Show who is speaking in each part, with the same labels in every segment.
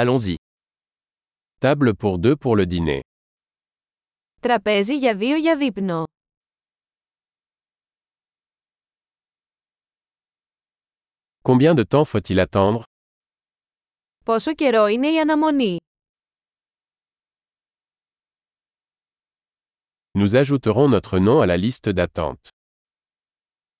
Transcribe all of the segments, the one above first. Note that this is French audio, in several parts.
Speaker 1: Allons-y. Table pour deux pour le dîner.
Speaker 2: Τραπέζι για δύο για δείπνο.
Speaker 1: Combien de temps faut-il attendre
Speaker 2: Πόσο καιρό είναι η αναμονή.
Speaker 1: Nous ajouterons notre nom à la liste d'attente.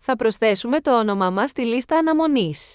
Speaker 2: Θα προσθέσουμε το όνομά μας στη λίστα αναμονής.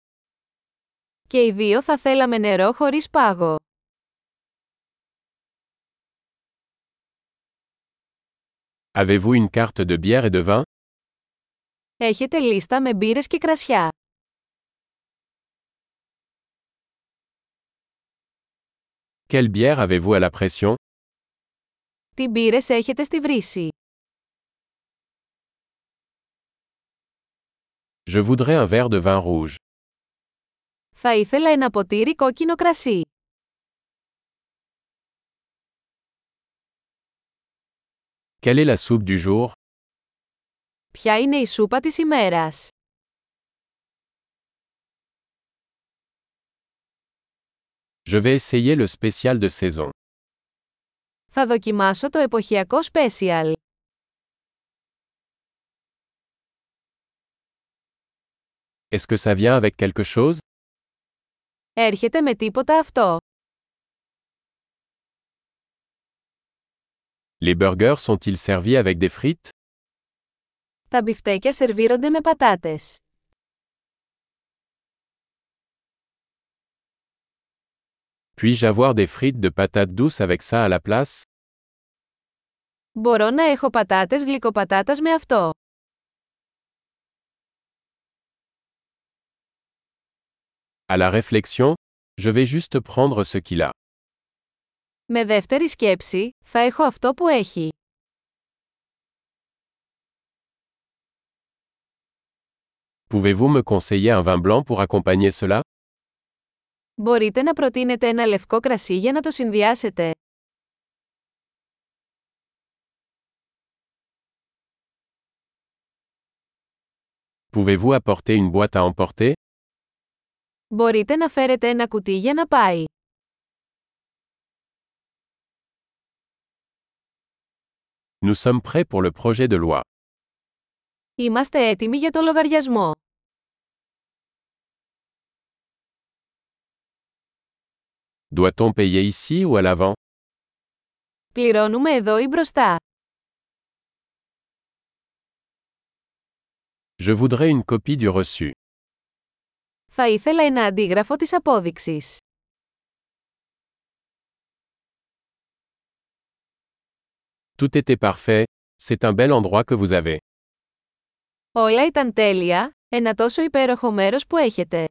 Speaker 2: Και οι δύο θα θέλαμε νερό χωρίς πάγο.
Speaker 1: Avez-vous une carte de bière et de vin
Speaker 2: Έχετε λίστα με μπύρες και κρασιά.
Speaker 1: Quelle bière avez-vous à la pression
Speaker 2: Τι μπύρες έχετε στη βρύση.
Speaker 1: Je voudrais un verre de vin rouge.
Speaker 2: Θα ήθελα ένα ποτήρι κόκκινο κρασί.
Speaker 1: Quelle est la soupe du jour
Speaker 2: Ποια είναι η σούπα της ημέρας.
Speaker 1: Je vais essayer le spécial de saison.
Speaker 2: Θα δοκιμάσω το εποχιακό special.
Speaker 1: Est-ce que ça vient avec quelque chose
Speaker 2: Έρχεται με τίποτα αυτό.
Speaker 1: Les burgers sont-ils servis avec des frites
Speaker 2: Τα μπιφτέκια σερβίρονται με πατάτες.
Speaker 1: Puis-je avoir des frites de patates douces avec ça à la place
Speaker 2: Μπορώ να έχω πατάτες γλυκοπατάτας με αυτό.
Speaker 1: À la réflexion, je vais juste prendre ce qu'il a.
Speaker 2: Με δεύτερη σκέψη, θα έχω αυτό που έχει.
Speaker 1: Pouvez-vous me conseiller un vin blanc pour accompagner cela
Speaker 2: Μπορείτε να προτείνετε ένα λευκό κρασί για να το συνδυάσετε.
Speaker 1: Pouvez-vous apporter une boîte à emporter
Speaker 2: Μπορείτε να φέρετε ένα κουτί για να πάει.
Speaker 1: Nous sommes prêts pour le projet de loi.
Speaker 2: Είμαστε έτοιμοι για το λογαριασμό.
Speaker 1: Doit-on payer ici ou à l'avant
Speaker 2: Πληρώνουμε εδώ ή μπροστά.
Speaker 1: Je voudrais une copie du reçu.
Speaker 2: Θα ήθελα ένα αντίγραφο της απόδειξης.
Speaker 1: Tout était parfait, c'est un bel endroit que vous avez.
Speaker 2: Όλα ήταν τέλεια, ένα τόσο υπέροχο μέρος που έχετε.